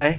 哎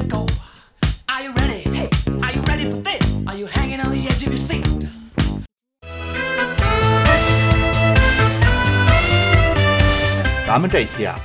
to go. Are you ready? Hey, are you ready for this? Are you hanging on the edge of your seat? 咱们这期啊，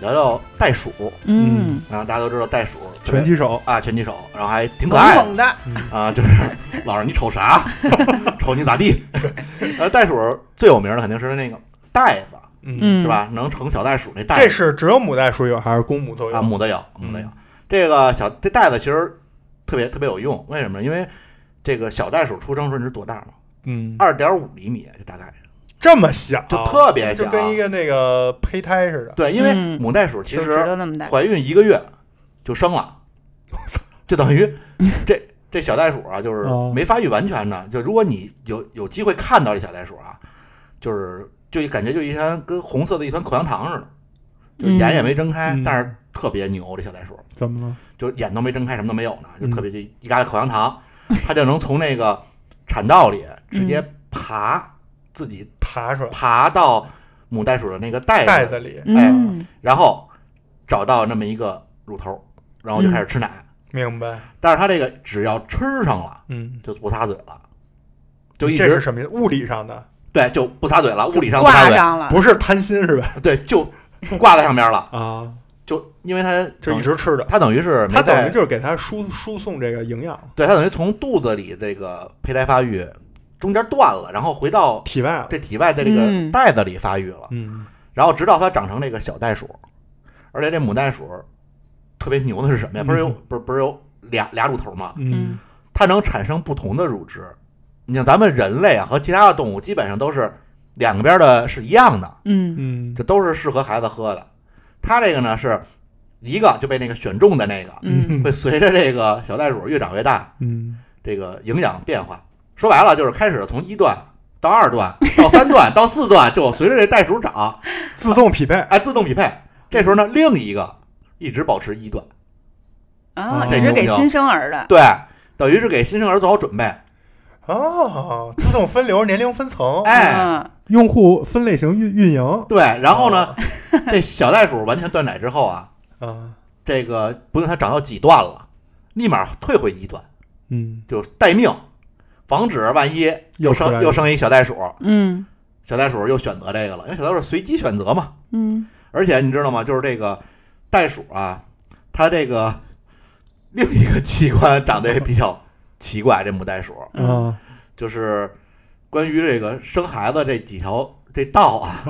聊聊袋鼠嗯，啊，大家都知道袋鼠拳击手，啊，拳击手，然后还挺可萌爱的萌的，啊，就是 老让你瞅啥， 瞅你咋地。 呃，袋鼠最有名的肯定是那个袋子，嗯，嗯是？吧？能盛小袋鼠那袋子，这是只有母袋鼠有还是公母都有？啊，母的有，母嗯的有。这个小这袋子其实特别特别有用，为什么呢？因为这个小袋鼠出生时候你知道多大吗？嗯，二点五厘米，就大概这么小，就特别小哦就跟一个那个胚胎似的。对，因为嗯母袋鼠其手指头实那么大，怀孕一个月就生 了，就等于这这小袋鼠啊，就是哦没发育完全呢。就如果你有有机会看到这小袋鼠啊，就是就感觉就一团跟红色的一团口香糖似的，就嗯眼也没睁开，嗯但是特别牛。这小袋鼠怎么了？就眼都没睁开，什么都没有呢，就嗯特别就一疙瘩口香糖， 它就能从那个产道里直接爬，自己爬出来，爬到母袋鼠的那个袋袋子子里，哎嗯，然后找到那么一个乳头，然后就开始吃奶。明白？但是它这个只要吃上了，嗯，就不撒嘴了，就一这是直什么意思？物理上的，对就不撒嘴了，物理上不撒挂嘴，上了，不是贪心是吧？对就挂在上边了，啊，就因为它就一直吃的，它等于是没它等在于就是给它输输送这个营养，对它等于从肚子里这个胚胎发育中间断了，然后回到体外了。这体外的这个嗯袋子里发育了，嗯，然后直到它长成这个小袋鼠，而且这母袋鼠特别牛的是什么呀？不是有嗯不是不是有俩俩乳头吗？嗯，它能产生不同的乳汁。你像咱们人类啊和其他的动物基本上都是两边的是一样的，嗯嗯，这都是适合孩子喝的。它这个呢是一个就被那个选中的那个，嗯会随着这个小袋鼠越长越大，嗯，这个营养变化。说白了就是开始从一段到二段到三段到四段，就随着这袋鼠长，自动匹配，哎，自动匹配。这时候呢，另一个一直保持一段，嗯啊，这只是给牛新生儿的，对，等于是给新生儿做好准备。哦，自动分流、年龄分层、哎，嗯，用户分类型运运营对，然后哦呢，这小袋鼠完全断奶之后啊，啊，这个不论它长到几段了，立马退回一段，嗯，就待命，防止万一又出来生了又生一小袋鼠，嗯小袋鼠又选择这个了，因为小袋鼠随机选择嘛。嗯，而且你知道吗？就是这个袋鼠啊，它这个 另一个器官长得也比较奇怪，这母袋鼠嗯啊，就是关于这个生孩子这几条这道啊，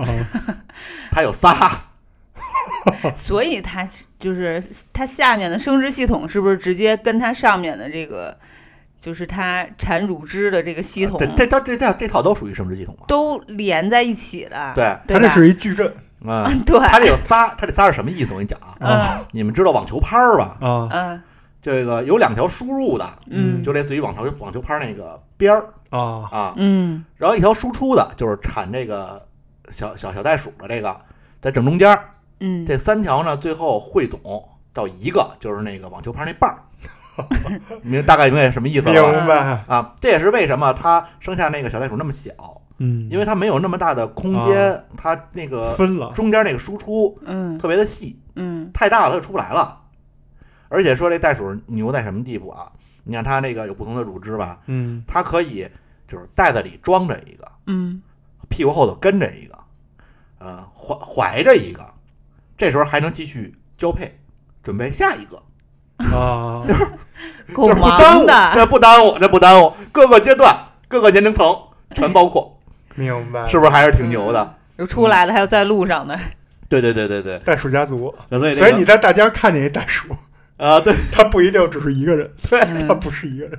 它有仨，嗯所以它就是它下面的生殖系统是不是直接跟它上面的这个，就是它产乳汁的这个系统呃 这这这这这这套都属于生殖系 统嘛？都连在一起了？对，对它吧，这是一矩阵嗯。对，它这有仨，它这仨是什么意思？我跟你讲啊，嗯你们知道网球拍儿吧？啊嗯这个有两条输入的，嗯就类似于网球网球拍儿那个边儿啊，啊，嗯然后一条输出的，就是产这个小小小袋鼠的这个在正中间儿，嗯，这三条呢最后汇总到一个，就是那个网球拍儿那 瓣儿，你们大概明白什么意思明了吧？白，啊，这也是为什么它生下那个小袋鼠那么小，嗯，啊因为呃它没有那么大的空间，它那个分了，中间那个输出嗯特别的细。嗯太大了，它就出不来了。而且说这袋鼠牛在什么地步啊？你看它那个有不同的乳汁吧，嗯，它可以就是袋子里装着一个，嗯屁股后头跟着一个，呃，怀怀着一个，这时候还能继续交配，准备下一个， 啊，够这不耽忙误，的，这不耽误，这不耽误，各个阶段、各个年龄层全包 括，明白，是不是还是挺牛的？有出来的，还有在路上 的，对对对对对，袋鼠家族，那所以、这所个、以你在大街上看见一袋 鼠，啊、对，它不一定只是一个人，嗯它不是一个人，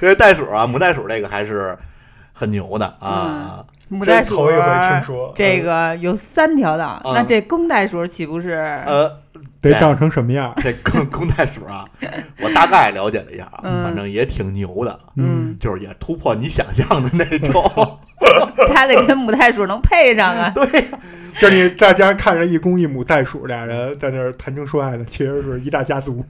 因为袋鼠啊，母袋鼠这个还是很牛的啊。母袋鼠真头一回听说这嗯个有三条道，嗯那这公袋鼠岂不是？呃，得长成什么样？这公公袋鼠啊，我大概了解了一下啊，嗯反正也挺牛的，嗯，就是也突破你想象的那 种。。它得跟母袋鼠能配上啊 对，就是你大家看着一公一母袋鼠俩人在那儿谈情说爱呢，其实是一大家族。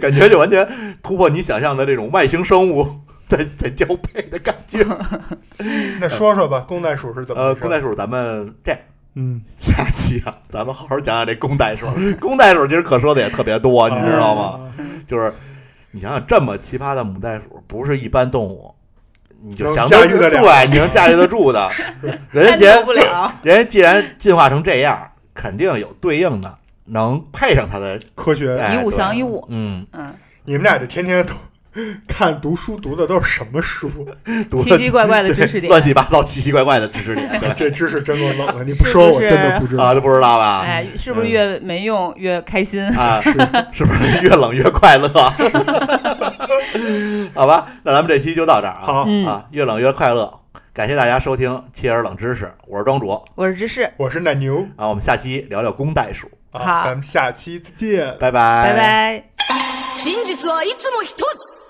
感觉就完全突破你想象的这种外星生物在在交配的感觉。那说说吧，公袋鼠是怎么呃，回事？公袋鼠，咱们这样嗯，下期啊，咱们好好讲讲这公袋鼠。公袋鼠其实可说的也特别多，你知道吗？啊？就是你想想，这么奇葩的母袋鼠，不是一般动物，你就能想驾得驭得了对，你能驾驭得住 的。人家它既受然不了，人家既然进化成这样，肯定有对应的能配上它的。科学，哎以物对降一物。嗯， 嗯，你们俩这天天都看读书读的都是什么书？ 读奇奇怪怪的知识点乱七八糟、奇奇怪怪的知识点， 对这知识真够冷的，你不说我是不是真的不知啊，道。都不知道吧？哎，是不是越没用越开心？嗯啊，是是不是越冷越快乐？ 好吧，那咱们这期就到这儿啊。好，嗯啊，越冷越快乐。感谢大家收听《切尔冷知识》，我是庄主我是芝士，我是奶牛，啊。我们下期聊聊公袋鼠，啊好咱们下期再见。哎拜拜，拜拜。真実はいつも一つ